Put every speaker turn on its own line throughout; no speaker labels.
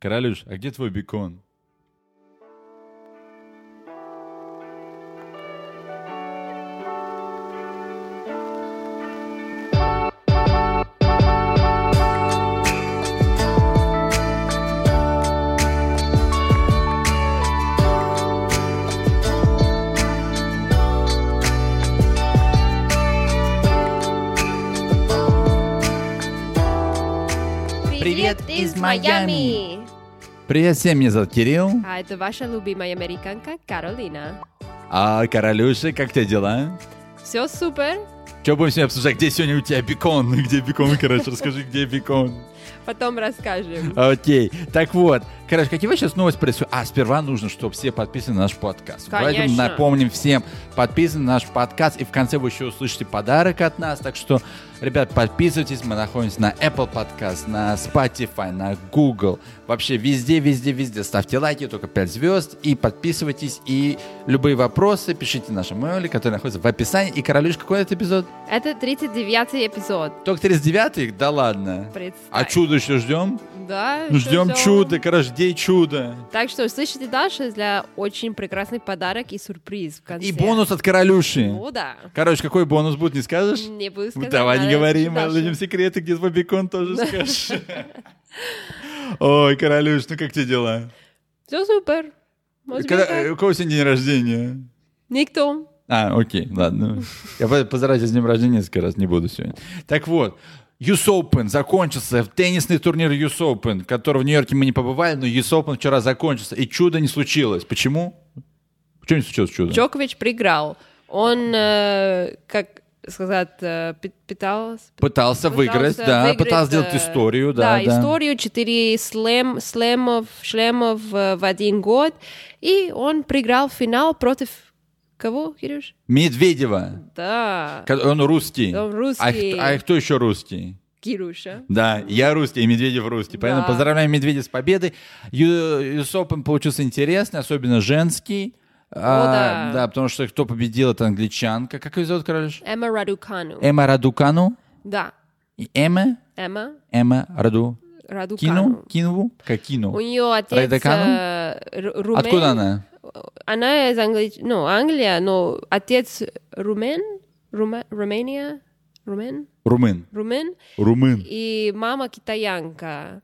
Королюш, а где твой бекон?
Привет из Майами!
Привет всем, меня зовут Кирилл.
А это ваша любимая американка Каролина.
А, Королюша, как тебе дела?
Все супер,
Что будем сегодня обсуждать? Где сегодня у тебя бекон? Где бекон, короче? Расскажи, где бекон?
потом расскажем.
Окей. Так вот, короче, какие сейчас новости происходят? А, сперва нужно, чтобы все подписаны на наш подкаст. Поэтому
Конечно.
напомним всем, подписаны на наш подкаст, и в конце вы еще услышите подарок от нас. Так что, ребят, подписывайтесь. Мы находимся на Apple Podcast, на Spotify, на Google. Вообще везде, везде, везде. Ставьте лайки, только 5 звезд, и подписывайтесь. И любые вопросы пишите нашим мейле, который находится в описании. И, Королюш, какой это эпизод?
Это 39-й эпизод.
Только 39 Да ладно.
Представь.
А чудо еще ждем?
Да,
Ну, Ждем чудо, короче, где чудо?
Так что слышите дальше для очень прекрасный подарок и сюрприз в конце.
И бонус от королюши.
О, да.
Короче, какой бонус будет, не скажешь?
Не буду
Ну,
сказать.
давай не
надо
говори, мы
дальше.
людям секреты, где твой бекон тоже скажешь. Ой, королюш, ну как тебе дела?
Все супер. Может
Когда-
быть,
э, У кого сегодня день рождения?
Никто.
А, окей, ладно. Я по- поздравляю тебя с днем рождения несколько раз, не буду сегодня. Так вот, US Open закончился, теннисный турнир US Open, который в Нью-Йорке мы не побывали, но US Open вчера закончился, и чудо не случилось. Почему? Почему не случилось чудо?
Джокович проиграл. Он, э, как сказать, э, пи- питался...
Пытался, выиграть,
Пытался
да,
выиграть,
пытался сделать
э,
историю, да, да.
историю, четыре слэм, слэмов, шлемов э, в один год, и он проиграл финал против кого, Кирюш?
Медведева,
Да,
ко- он русский.
Он русский.
А, кто- а кто еще русский?
Кирюша.
Да, я русский, и Медведев русский. Поэтому
Да.
поздравляем Медведя с победой. Ю- US Open получился интересный, особенно женский. А,
да.
потому что кто победил, это англичанка. Как ее зовут, король?
Эмма Радукану.
Эмма Радукану.
Да,
И Эмма,
Эмма
Эмма Раду. Кину?
Радукану.
Кинову? Как
У
Кину?
нее отец
Радукану?
э, ру- румен.
Откуда она?
Она из Англии, ну, Англия, но отец румен, Рума- Румыния, румен,
Румын.
румен,
Румын.
и мама китаянка.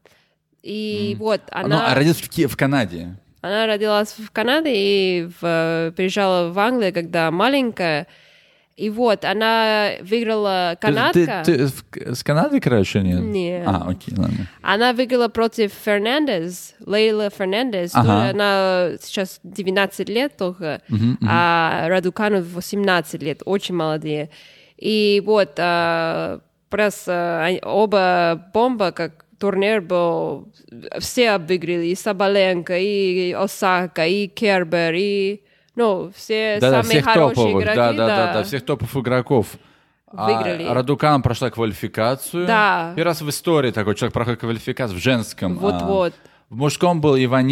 И вот
Она...
она...
родилась Ну, а в, Ки- в Канаде.
Она родилась в Канаде и в- приезжала в Англию, когда маленькая. И вот, она выиграла
Ты-
канадка.
Ты, ты в К- с Канады, короче, нет?
Нет.
А, окей, ладно.
Она выиграла против Фернандес, Лейла Фернандес.
Ага.
Тоже Она сейчас 19 лет только, а Радукану 18 лет, очень молодые. И вот, а, просто они- оба бомба, как турнир был, все обыграли, и Сабаленко, и Осака, и Кербер, и, ну, все
Да, да,
самые
всех
хорошие
топовых,
игроки,
да, да, да, да, всех топов игроков. А
Выиграли.
Радукан прошла квалификацию.
Да.
Первый раз в истории такой человек проходит квалификацию в женском. а,
Вот-вот.
А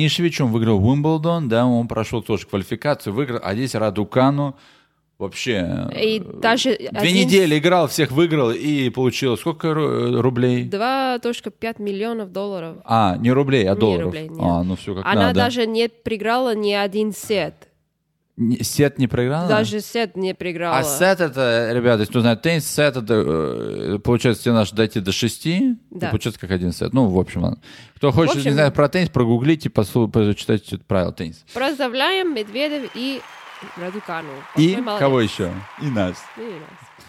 И даже
Две
один-
недели играл, всех выиграл и получил сколько ру- рублей?
2.5 миллионов долларов.
А, не рублей, а
Не
долларов.
рублей, нет.
А, ну все как
Она
надо.
даже не проиграла ни один сет.
Не- Сет не проиграла?
Даже сет не проиграла.
А сет это, ребята, если кто знает теннис, сет это, э, получается, тебе надо дойти до шести,
Да.
и получается как один сет. Ну, в общем, ладно. Кто хочет,
общем-
не знает про теннис, прогуглите, посу- почитайте правила тенниса.
Поздравляем Медведев и Радукану.
И
Вы молодец.
кого еще? И нас.
Ну и нас.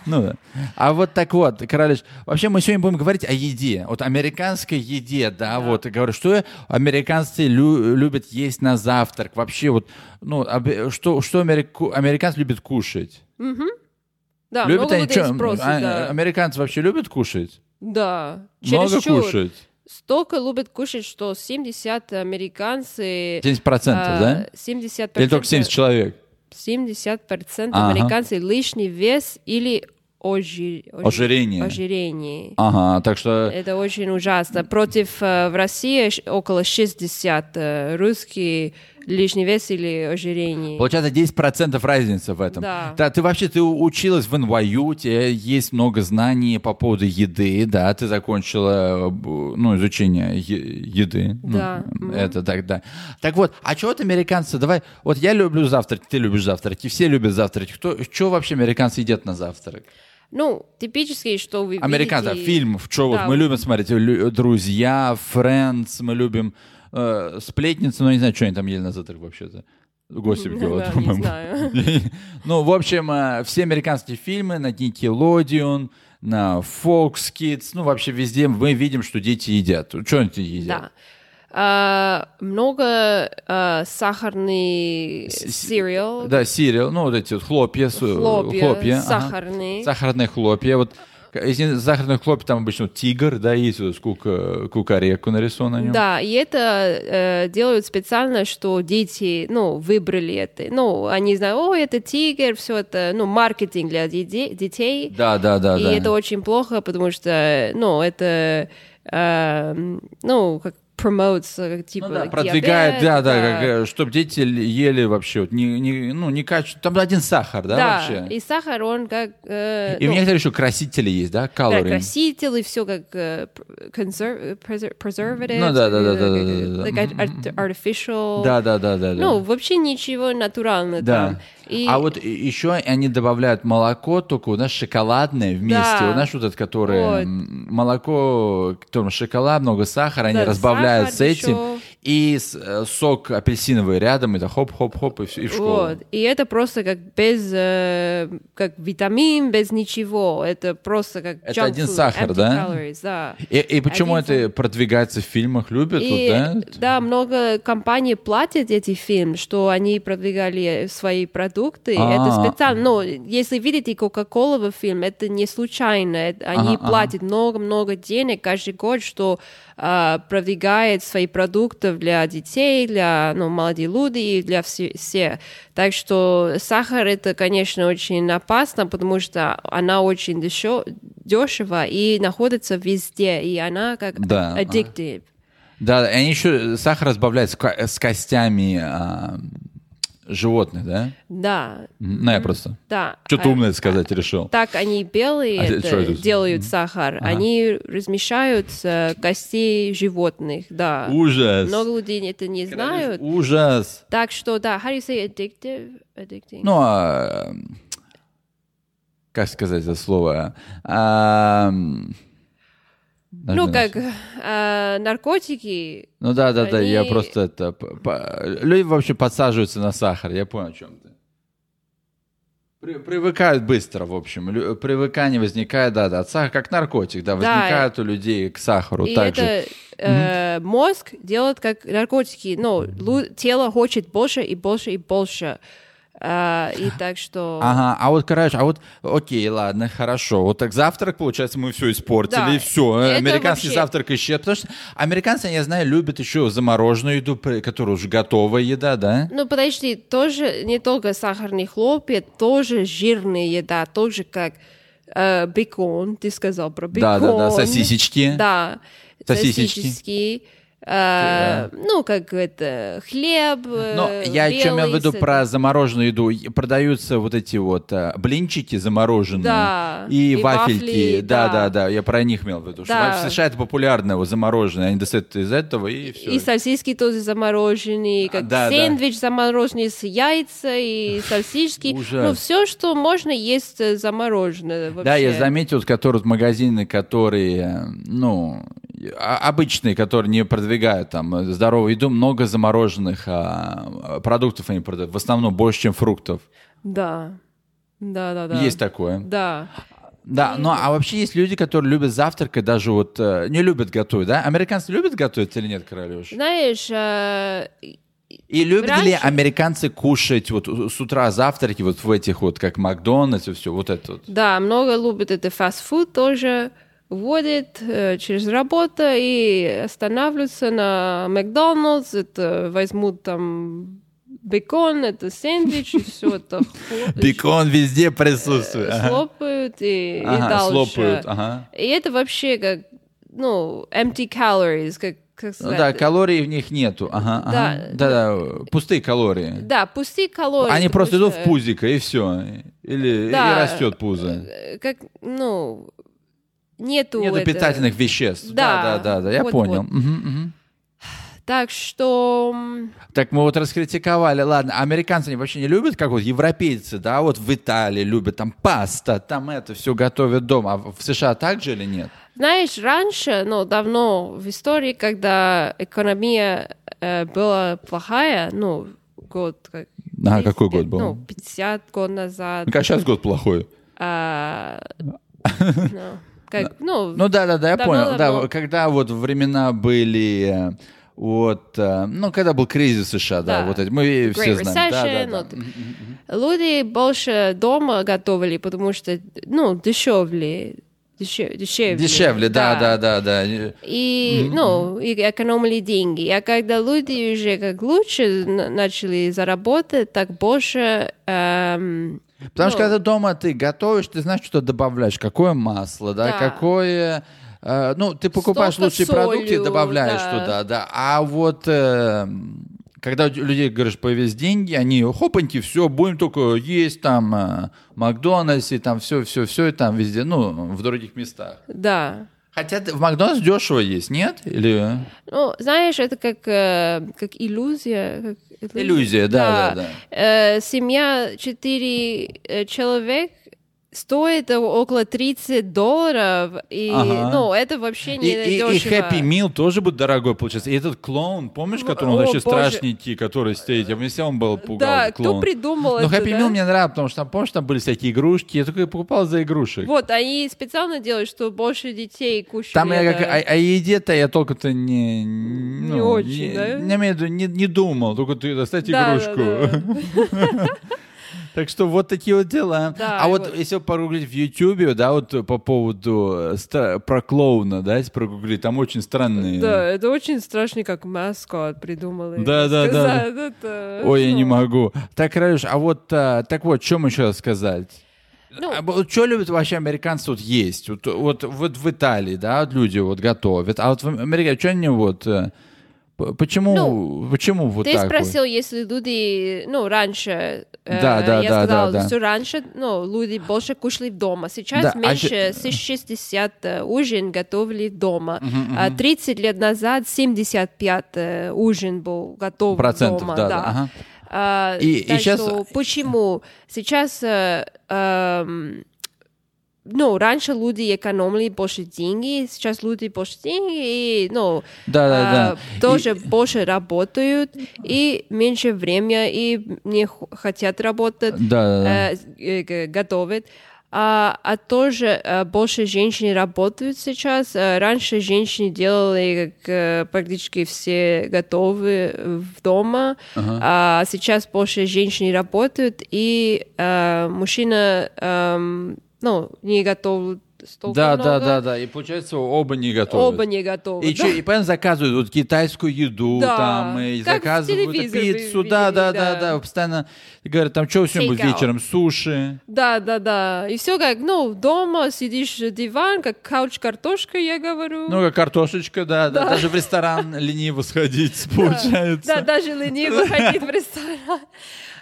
Ну да. А вот так вот, королеш, вообще мы сегодня будем говорить о еде, вот американской еде, да, вот, и говорю, что американцы лю- любят есть на завтрак, вообще вот, ну, обе- что, что америку- американцы любят кушать?
Да,
любят
много
они
людей
чё,
спросят,
а-
да.
Американцы вообще любят кушать?
Да.
Много
Чересчур.
кушать?
Столько любят кушать, что 70 американцы...
70 процентов,
а,
да?
70
Или только 70 человек?
70 процентов
Ага.
американцев лишний вес или ожи- ожи-
Ожирение.
ожирение.
Ага, так что...
Это очень ужасно. Против э, в России ш- около 60 э, русские лишний вес или ожирение.
Получается 10% разница в этом.
Э, Да.
Да, ты вообще ты у- училась в NYU, у тебя есть много знаний по поводу еды, да, ты закончила э, б- ну, изучение е- еды. ну,
Да.
э, это тогда. Так вот, а чего вот американцы, давай, вот я люблю завтрак, ты любишь завтраки, все любят завтраки. Кто, что вообще американцы едят на завтрак?
Ну, типически, что вы
Американцы,
видите...
фильм, что вот
Да,
мы
вот.
любим смотреть, лю- «Друзья», «Френдс», мы любим э, «Сплетницы», но не знаю, что они там ели на завтрак вообще-то. Госип Герл,
Ну Да, не
по-моему.
знаю.
Ну, в общем, э, все американские фильмы на Nickelodeon, на Fox Kids, ну, вообще везде мы видим, что дети едят. Что они едят?
Да. А, много а, сахарный
С- с-
сериал,
Да, сериал, ну, вот эти вот хлопья. с- э,
хлопья,
хлопья, ага.
сахарный.
Сахарные хлопья. Вот к- из не- сахарных хлопьев там обычно вот тигр, да, есть вот с кука- кукареку нарисован на нем.
Да, и это э, делают специально, что дети, ну, выбрали это. Ну, они знают, о, это тигр, все это, ну, маркетинг для деде- детей.
Да, да, да,
и
А, да.
это очень плохо, потому что, ну, это, эм, ну, как promotes, э, типа,
Ну да,
диабет,
продвигает, да, э, да, чтобы дети л- ели вообще, вот, не, не, ну, не качество, там один сахар, да,
Да,
вообще?
и сахар, он как... э,
И у
ну,
некоторых еще красители есть, да,
да,
калории.
краситель, и все как э, пр- conser- preser- preservative,
Ну да, да, да,
э,
да, да,
как-
да, да.
like
М,
art- artificial.
Да, да, да, да. да.
Ну, вообще ничего натурального
да.
там. И-
А вот и- еще они добавляют молоко, только у нас шоколадное вместе.
Да.
У нас вот это, которое
Вот.
м, молоко, которым шоколад, много сахара, они
Да,
разбавляют
сахар
с этим.
еще.
И с- э, сок апельсиновый рядом, и да хоп-хоп-хоп, и, всё, и в школу.
Вот. И это просто как без э, как витамин, без ничего. Это просто как
Это
junk
один
food,
сахар,
empty
да?
calories, да.
И, и почему
Один
это продвигается в фильмах, любят,
И,
вот, да?
да, много компаний платят эти фильмы, что они продвигали свои продукты.
А.
Это специально. Но если видите Кока-Кола в фильме, это не случайно. Это- они
Ага, ага.
платят много-много денег каждый год, что а, продвигает свои продукты для детей, для ну, молодых людей, и для все, все. Так что сахар это, конечно, очень опасно, потому что она очень дешё- дешево и находится везде, и она как
Да, ага.
addictive.
Да, и они еще сахар разбавляют с, ко- с костями а, животных, да?
Да,
Ну, я просто
да.
что-то
А
умное сказать решил.
Так они белые
А это
это
что это?
делают сахар, они размещают э, костей животных, да.
Ужас.
Много людей это не знают.
Ужас.
Так что, да, how do you say addictive? Addicting.
Ну, а, как сказать это слово? А, м, даже
Ну,
не
как
знаю.
э, наркотики,
Ну да, да, да, я
они-
просто это... п- п- Люди вообще подсаживаются на сахар, я понял, о чем ты. При- привыкают быстро, в общем. Лю- привыкание возникает, да, да, от сахара, как наркотик, да, возникает у людей к сахару.
и
так же.
это э, мозг делает как наркотики, но лу- тело хочет больше и больше и больше. А, и так что...
Ага, а вот, короче, а вот, окей, ладно, хорошо. Вот так завтрак, получается, мы все испортили,
Да,
и все.
это
Американский
вообще-
завтрак исчез. Потому что американцы, я знаю, любят еще замороженную еду, при- которая уже готовая еда, да?
Ну, подожди, тоже не только сахарные хлопья, тоже жирная еда, тоже как э, бекон, ты сказал про бекон.
Да, да, да, сосисечки.
Да,
Сосисечки.
сосисечки. э,
Да.
ну, как это, хлеб, э,
Но я о чем я веду
веду
про замороженную еду. И Продаются вот эти вот а, блинчики замороженные
Да,
и,
и
вафельки.
вафли,
да, да,
да.
да. Я про них имел в виду.
Да.
Что в США это популярно, вот замороженное. Они достают из этого и все.
И сосиски тоже замороженные, как
А, да, да.
сэндвич замороженный с яйца и сосиски.
ужас.
Ну, все, что можно есть э, замороженное вообще.
Да, я заметил, вот, которые вот магазины, которые, э, ну, а- обычные, которые не продвигают там э, здоровую еду, много замороженных а, продуктов они продают, в основном больше, чем фруктов.
Да, да, да, да.
Есть такое.
Да.
Да, ну а вообще есть люди, которые любят завтракать, даже вот э, не любят готовить, да? Американцы любят готовить или нет, Королёш?
Знаешь, э,
И любят ли
Раньше-
американцы кушать вот э, с утра завтраки вот в этих вот, как Макдональдс и все, вот это вот?
да, много любят это фастфуд тоже, вводит э, через работу и останавливаются на Макдоналдс, это возьмут там бекон, это сэндвич, и все это хлоп-
Бекон везде присутствует.
э,
Ага.
слопают и, и
Ага, а.
дальше.
слопают, ага.
И это вообще как, ну, empty calories, как как
Ну
сказать,
да, калорий в них нету. Ага,
Да.
ага. Да, да, пустые калории.
да, пустые калории.
Они
потому
просто идут
что,
в пузико, и все. Или, или
Да.
растет пузо.
э, Как, ну, нету...
Нету
это-
питательных веществ. да,
Да.
да, да, я
Вот,
понял.
вот.
Мгм, мгм.
Так что... м,
Так мы вот раскритиковали, ладно, американцы они вообще не любят, как вот европейцы, да, вот в Италии любят, там паста, там это все готовят дома, а в США так же или нет?
Знаешь, раньше, ну, давно в истории, когда экономия э, была плохая, ну, год... Как,
А какой год
35,
был?
Ну, 50 год назад.
Ну, как сейчас год плохой.
а, ну, как, ну,
Ну да, да, да, я
Давно,
понял. Да,
давно.
когда вот времена были, э, вот, э, ну когда был кризис в США, да,
Да.
вот эти, мы Ну, все
Great
знаем. Да, да,
Recession,
да.
вот. люди больше дома готовили, потому что, ну, дешевле. деше- Дешевле,
Дешевле, да, да, да, да.
И, ну, и экономили деньги. А когда люди уже как лучше на- начали заработать, так больше... эм,
Потому что
ну,
когда дома ты готовишь, ты знаешь, что добавляешь, какое масло, да,
Да.
какое... э, ну, ты покупаешь
Столько
лучшие продукты и
солью,
добавляешь
да.
туда, да. А вот э, когда у людей, говоришь, появились деньги, они хопаньки, все, будем только есть там э, Макдональдс и там все-все-все, и там везде, ну, в других местах.
да.
Хотя ты- в Макдональдс дешево есть, нет? Или...
Ну, знаешь, это как, э, как иллюзия. как иллюзия.
Иллюзия, да, да, да.
Э, семья 4 человек стоит о- около 30 долларов. И,
Ага.
ну, это вообще
И,
не
и, и
дешево.
Happy Meal тоже будет дорогой получается. И этот клоун, помнишь,
В-
который он
Ну, о,
вообще
боже.
страшненький, который стоит, я если он был пугал,
Да,
этот клоун.
кто придумал
Ну,
это,
Happy
да?
Meal мне нравится, потому что там, помнишь, там были всякие игрушки, я только и покупал за игрушек.
Вот, они специально делают, что больше детей э, кушали.
Там я
это.
как, о, о еде-то я только-то не... ну,
Не очень, да?
Не, имею в виду, не, не думал, только ты достать
Да, да,
игрушку.
да.
Так что вот такие вот дела.
Да,
а
и
вот,
вот-
если погуглить в Ютубе, да, вот по поводу э, стра- про клоуна, да, если прогуглить, там очень странные...
Да, это очень страшно, как маскот придумал.
Да, да, да, да. Ой, я не
могу.
могу. Так, Радюш, а вот, а, так вот, что мы еще сказать?
Ну-
что А любят вообще американцы вот есть? Вот, вот, вот в Италии, да, вот люди вот готовят, а вот в Америке, что они вот... э, п- Почему, почему вот
Ну, Ты
так вот?
спросил, если люди, ну, раньше, э,
Да, да,
я
да,
сказала,
да, да.
что раньше, ну, люди больше кушали дома, сейчас
Да, а
меньше
щ-
с- 60 э, ужин готовили дома, а 30 лет назад 75 э, ужин был готов
Процентов,
дома,
да,
да.
да, ага.
А,
И- и
так
щас-
что почему сейчас э, эм, ну, раньше люди экономили больше деньги, сейчас люди больше деньги, и, ну,
Да, да, да.
а, тоже больше работают, и меньше времени, и не х- хотят работать,
Да, да, да.
э, э, г- готовят. А, а тоже э, больше женщин работают сейчас. Э, раньше женщины делали как, э, практически все готовы э, в дома, а сейчас больше женщин работают, и э, мужчина эм, ну, не готов столько
да, да,
много.
да, да. И получается, оба не готовы.
Оба не готовы.
И,
да.
чё, и поэтому заказывают вот китайскую еду
Да,
там, и
как в
заказывают
телевизоре вы
пиццу, да,
видели,
да, да,
да.
да, постоянно говорят, там, что сегодня будет
Take out.
вечером, суши.
Да, да, да. И все как, ну, дома сидишь диван, как кауч картошка, я говорю.
Ну, как картошечка, да, да, даже в ресторан лениво сходить,
да,
получается.
даже лениво ходить в ресторан.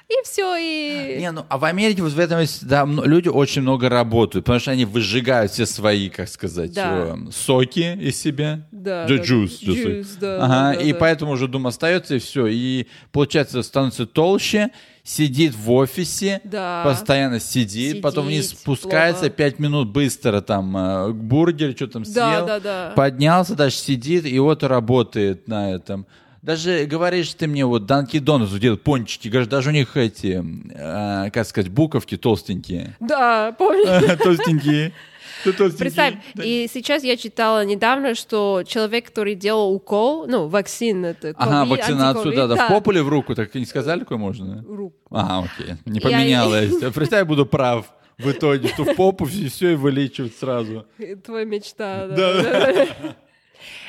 И все, и...
Не, ну, а в Америке вот в этом есть, да, мно- люди очень много работают, потому что они выжигают все свои, как сказать,
Да.
э, соки из себя.
Да,
The
да,
juice,
да.
just like.
Juice, да,
Ага,
да,
и
да.
поэтому уже дом остается, и все. И, получается, становится толще, сидит в офисе,
Да.
постоянно сидит, потом вниз
Сидит,
спускается,
плохо.
пять минут быстро там э, бургер, что там
Да,
съел,
да, да.
поднялся, даже сидит, и вот работает на этом. Даже говоришь ты мне, вот Данки Донус, где пончики, говоришь, даже у них эти, э, как сказать, буковки толстенькие.
Да,
Э,
помню.
Толстенькие. Ты толстенький?
Представь,
Да.
и сейчас я читала недавно, что человек, который делал укол, ну, вакцин, это
Ага,
COVID,
вакцинацию,
антиковид,
да, да, в популе в руку, так и не сказали, какой можно?
Руку.
Ага, А, окей, не
Я-
поменялось. Представь, я буду прав в итоге, что в попу все, и вылечивают сразу.
Твоя мечта. да.
Да.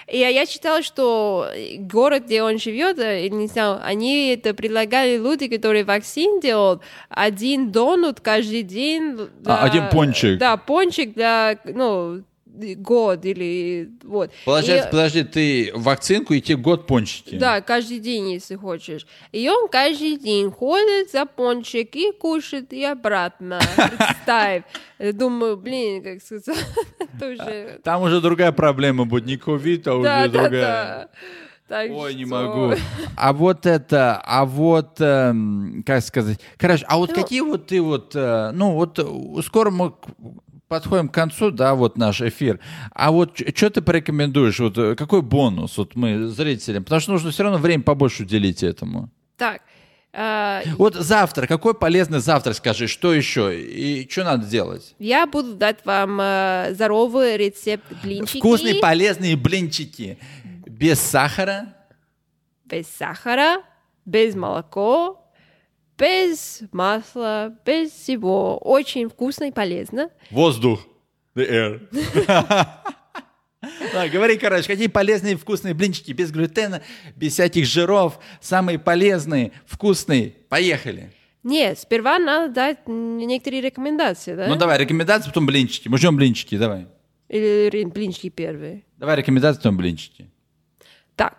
И я- я читала, что э, город, где он живет, э, не знаю, они это предлагали люди, которые вакцин делают, один донут каждый день.
А, один пончик.
Да, пончик для, ну, год или вот.
Получается,
И-
подожди, ты вакцинку и тебе год пончики.
Да, каждый день, если хочешь. И он каждый день ходит за пончик и кушает, и обратно. Представь. Я Думаю, блин, как сказать, тоже...
Там А, уже другая проблема будет, не ковид, а уже
Да, да,
другая.
да. Так
Ой, не
что-
могу. А вот это, а вот, эм, как сказать, короче, а вот
Ну.
какие вот ты вот, э, ну вот э, скоро мы к- подходим к концу, да, вот наш эфир. А вот что ты порекомендуешь, вот э, какой бонус вот мы зрителям, потому что нужно все равно время побольше уделить этому.
Так. а,
Вот завтра, какой полезный завтра, скажи, что еще и что надо делать?
Я буду дать вам э, здоровый рецепт блинчики.
Вкусные, полезные блинчики без сахара.
Без сахара, без молока, без масла, без всего. Очень вкусно и полезно.
Воздух. The air. Да, говори, короче, какие полезные вкусные блинчики без глютена, без всяких жиров, самые полезные, вкусные. Поехали.
Нет, сперва надо дать м, некоторые рекомендации, да?
Ну давай, рекомендации, потом блинчики. Мы ждем блинчики, давай.
Или ри- блинчики первые.
Давай рекомендации, потом блинчики.
Так,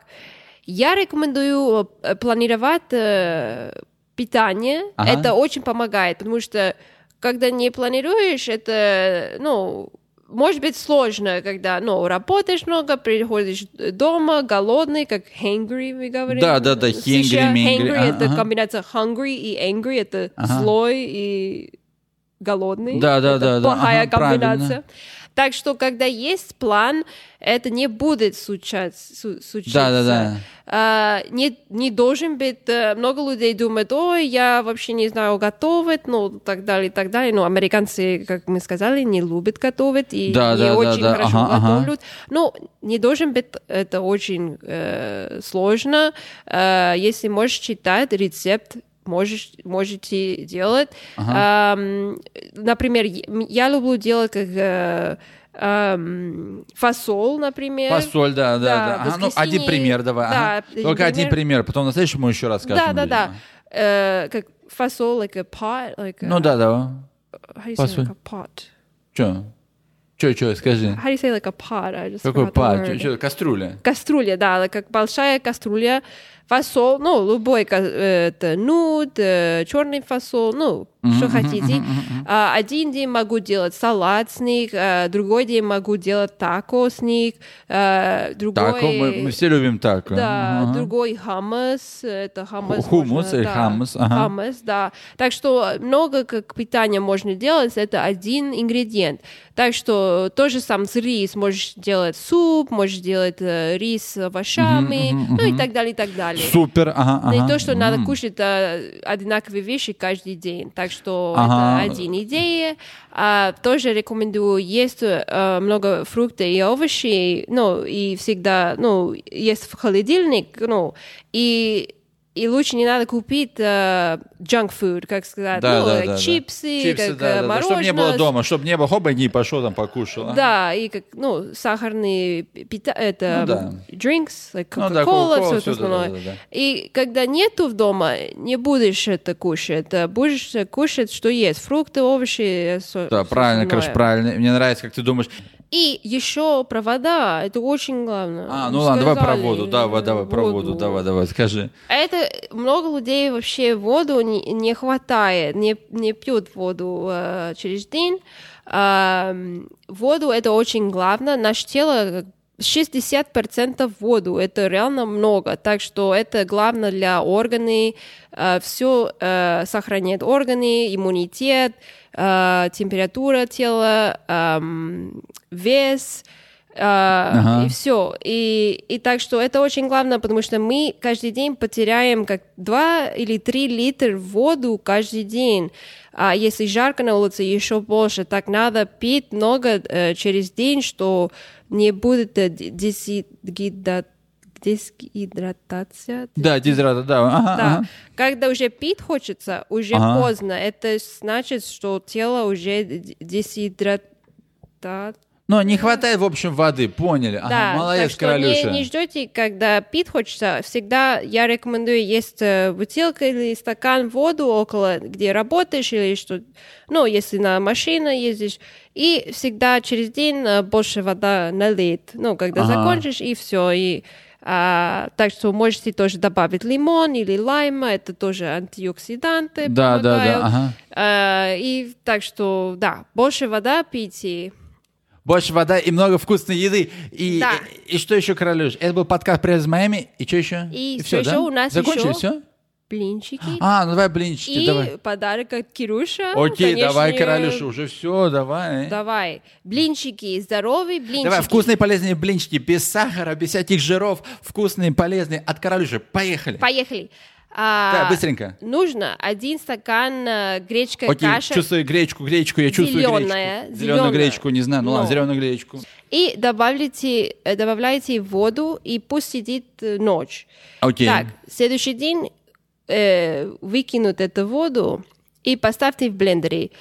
я рекомендую э, планировать э, питание.
Ага.
Это очень помогает, потому что когда не планируешь, это, ну, может быть сложно, когда, ну, работаешь много, приходишь дома голодный, как hangry, мы говорим.
Да, да, да,
в США.
hangry, mangry,
Hangry
ага,
это
ага.
комбинация hungry и angry, это
Ага.
злой и голодный.
Да, да,
Это
да, да,
Плохая
ага,
комбинация.
правильно.
Так что, когда есть план, это не будет случать- су- случиться.
Да, да, да.
А, не, не должен быть... э, Много людей думают, ой, я вообще не знаю готовить, ну, так далее, так далее. Но американцы, как мы сказали, не любят готовить и
Да,
не
да, да,
очень
да,
хорошо
ага, ага.
готовят. Ну, не должен быть это очень э, сложно. Э, если можешь читать рецепт, можешь, можете делать. Эм, например, е- м, я люблю делать как э, эм, фасоль, например.
Посоль, да, да,
Э, Да,
да. Ага, ну,
воскресенье.
один пример давай.
Да,
ага.
один
Только один
пример.
пример, потом на следующем мы еще расскажем.
Да, да,
людям.
да. Э, как фасоль, like a pot, like a-
Ну да, да.
How do you say
фасоль.
like a pot?
Че? Че, че, скажи.
How do you say like a pot? I just
Какой
forgot the
пар?
word.
Че, кастрюля?
Кастрюля, да, like как большая кастрюля, фасоль, ну, любой, ка- э, это нуд, черный фасоль, ну, что хотите. А, Один день могу делать салат с них, а, другой день могу делать тако с них, а, другой...
Так, мы, мы все любим так. а?
Да,
Ага.
другой хаммас, это хаммас.
Ху- хумус
можно,
или
да,
хаммас, ага.
Хаммас, да. Так что много как питания можно делать, это один ингредиент. Так что тоже сам с рис можешь делать суп, можешь делать э, рис с овощами, ну и так далее, и так далее.
Супер, ага,
Не
ага.
то, что надо кушать э, одинаковые вещи каждый день. Так что
Ага.
это один идея. А, тоже рекомендую есть э, много фруктов и овощей. Ну, и всегда, ну, есть в холодильник, ну, и и лучше не надо купить э, junk food, как сказать,
Да,
ну,
да,
э,
да, да.
чипсы, как
да,
э,
да, да, Чтобы
мороженое,
не было дома, чтобы не было хоба, не пошел там покушал. а?
да, и как, ну, сахарные пита- это,
Ну да.
drinks, like
Ну да,
Coca-Cola,
Coca-Cola,
все это
всё, да, да,
основное.
да, да.
И когда нету в дома, не будешь это кушать, а будешь кушать, что есть, фрукты, овощи, всё-
Да,
всё
правильно,
остальное.
короче, правильно. Мне нравится, как ты думаешь.
И еще про вода, это очень главное.
А, ну ладно, давай про
Сказали,
воду, давай,
э,
давай, про воду, давай, давай, скажи.
А Это много людей вообще воду не, не хватает, не, не пьют воду э, через день. Ам, воду это очень главное. Наше тело как 60% воду, это реально много, так что это главное для органы, все сохраняет органы, иммунитет, э, температура тела, ам, вес, э,
Ага.
и все. И, и так что это очень главное, потому что мы каждый день потеряем как 2 или 3 литра воду каждый день. А если жарко на улице, еще больше. Так надо пить много э, через день, что не будет э, ди- дисгида- дисгидратация.
Да, дизрата, да. А, ага,
Да.
ага.
Когда уже пить хочется, уже
Ага.
поздно. Это значит, что тело уже д- дисгидратация.
Но Ну, а не хватает, в общем, воды, поняли. Ага,
Да, так
молодец,
что не,
королюша.
не ждете, когда пить хочется. Всегда я рекомендую есть э, бутылка или стакан воду около, где работаешь или что. Ну, если на машине ездишь. И всегда через день э, больше вода налит. Ну, когда
Ага.
закончишь, и все. И, а, так что можете тоже добавить лимон или лайма. Это тоже антиоксиданты.
Да, да,
помогают.
да. Ага.
Э, и так что, да, больше вода пить и...
Больше вода и много вкусной еды. И,
Да.
и, и что еще, королюш? Это был подкаст «Привет из Майами». И что еще?
И
всё,
всё
да?
ещё у нас
Закончили
ещё.
все?
Блинчики,
А, ну давай блинчики,
И
давай.
подарок от Кируша.
Окей,
конечно,
давай, королюша, уже все, давай.
Давай. Блинчики, здоровые блинчики.
Давай, вкусные, полезные блинчики, без сахара, без всяких жиров, вкусные, полезные, от королюши, поехали.
Поехали. А,
Да, быстренько.
Нужно один стакан э, гречка
Окей,
каши
чувствую гречку, гречку, я чувствую
Зелёная,
гречку.
зелёная.
Зеленую гречку, не знаю, ну ладно,
Но.
зеленую гречку.
и добавляйте, э, добавляйте воду и пусть сидит э, ночь.
Окей.
Так, следующий день э, выкинуть эту воду и поставьте в блендере.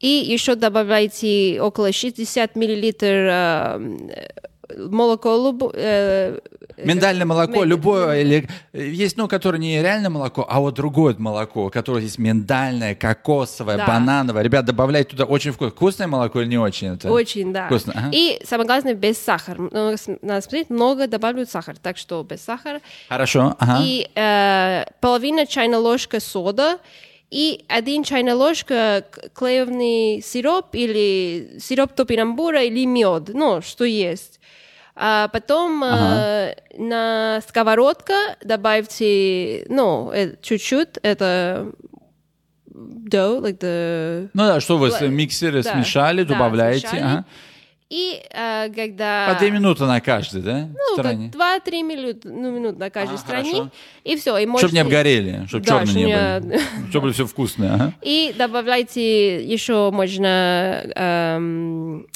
И еще добавляйте около 60 миллилитров э, э, молоко лубу- э,
Миндальное молоко,
Мен-
любое, или э, есть, ну, которое не реальное молоко, а вот другое молоко, которое есть миндальное, кокосовое,
Да.
банановое. Ребят, добавляйте туда очень вкусное. Вкусное молоко или не очень это?
Очень, да.
Вкусно, ага.
И самое главное, без сахара. Ну, с- Надо смотреть, много добавляют сахар, так что без сахара.
Хорошо, ага.
И э, половина чайной ложка сода и один чайная ложка к- клеевный сироп или сироп топинамбура или мед, ну, что есть. А потом э,
Ага.
на сковородка добавьте, ну, э, чуть-чуть, это dough, like the
Ну да, что вы с
Бла-
миксеры
да,
смешали,
да,
добавляете.
смешали.
ага.
И э, когда...
По две минуты на каждой, да?
Ну, как
стороне.
2-3 минут, ну, минут на каждой
А,
стране.
хорошо.
И все. И
Чтобы
можете...
не обгорели, чтобы
Да,
черные не
чтоб не-
были. Чтобы все вкусное, ага.
И добавляйте еще можно... эм,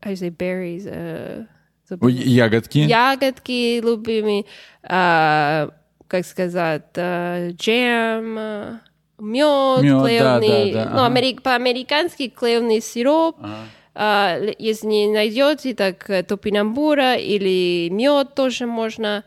how you say berries? э, забыла.
Ой, Ягодки.
Ягодки любимые. а, как сказать? э, джем, э,
Мёд,
мед,
да,
клеевный.
да, да,
ну,
ага.
амери- по-американски клеевный сироп. А, л- если не найдете, так э, топинамбура или мед тоже можно.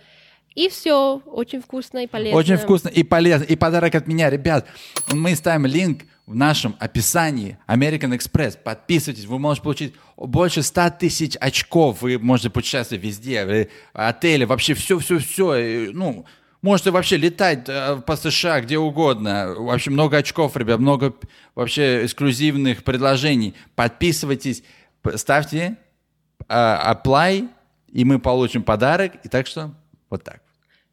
И все, очень вкусно и полезно.
Очень вкусно и полезно. И подарок от меня, ребят. Мы ставим линк в нашем описании American Express. Подписывайтесь, вы можете получить больше 100 тысяч очков. Вы можете путешествовать везде, э, отели, вообще все-все-все. Ну, можете вообще летать э, по США где угодно. Вообще много очков, ребят, много п- вообще эксклюзивных предложений. Подписывайтесь, п- ставьте э, apply, и мы получим подарок. И так что вот так.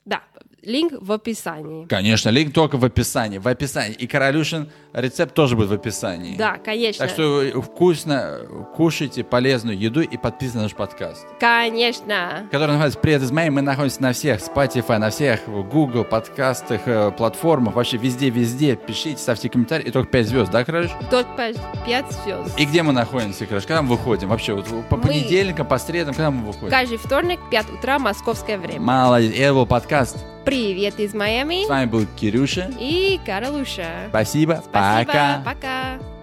Да, линк в описании.
Конечно, линк только в описании, в описании. И Королюшин рецепт тоже будет в описании.
Да, конечно.
Так что вкусно кушайте полезную еду и подписывайтесь на наш подкаст,
Конечно.
который называется «Привет из Мэй». Мы находимся на всех Spotify, на всех Google подкастах, э, платформах, вообще везде-везде. Пишите, ставьте комментарии. И только 5 звезд, да, Королюш?
Тот 5 звезд.
И где мы находимся, Королюш? Когда мы выходим? Вообще, вот по
Мы-
понедельникам, по средам, когда мы выходим?
Каждый вторник, 5 утра, московское время.
Молодец. И это был подкаст.
Привет из Майами
С вами был Кирюша.
и Каролуша.
Спасибо.
Спасибо,
Пока.
пока.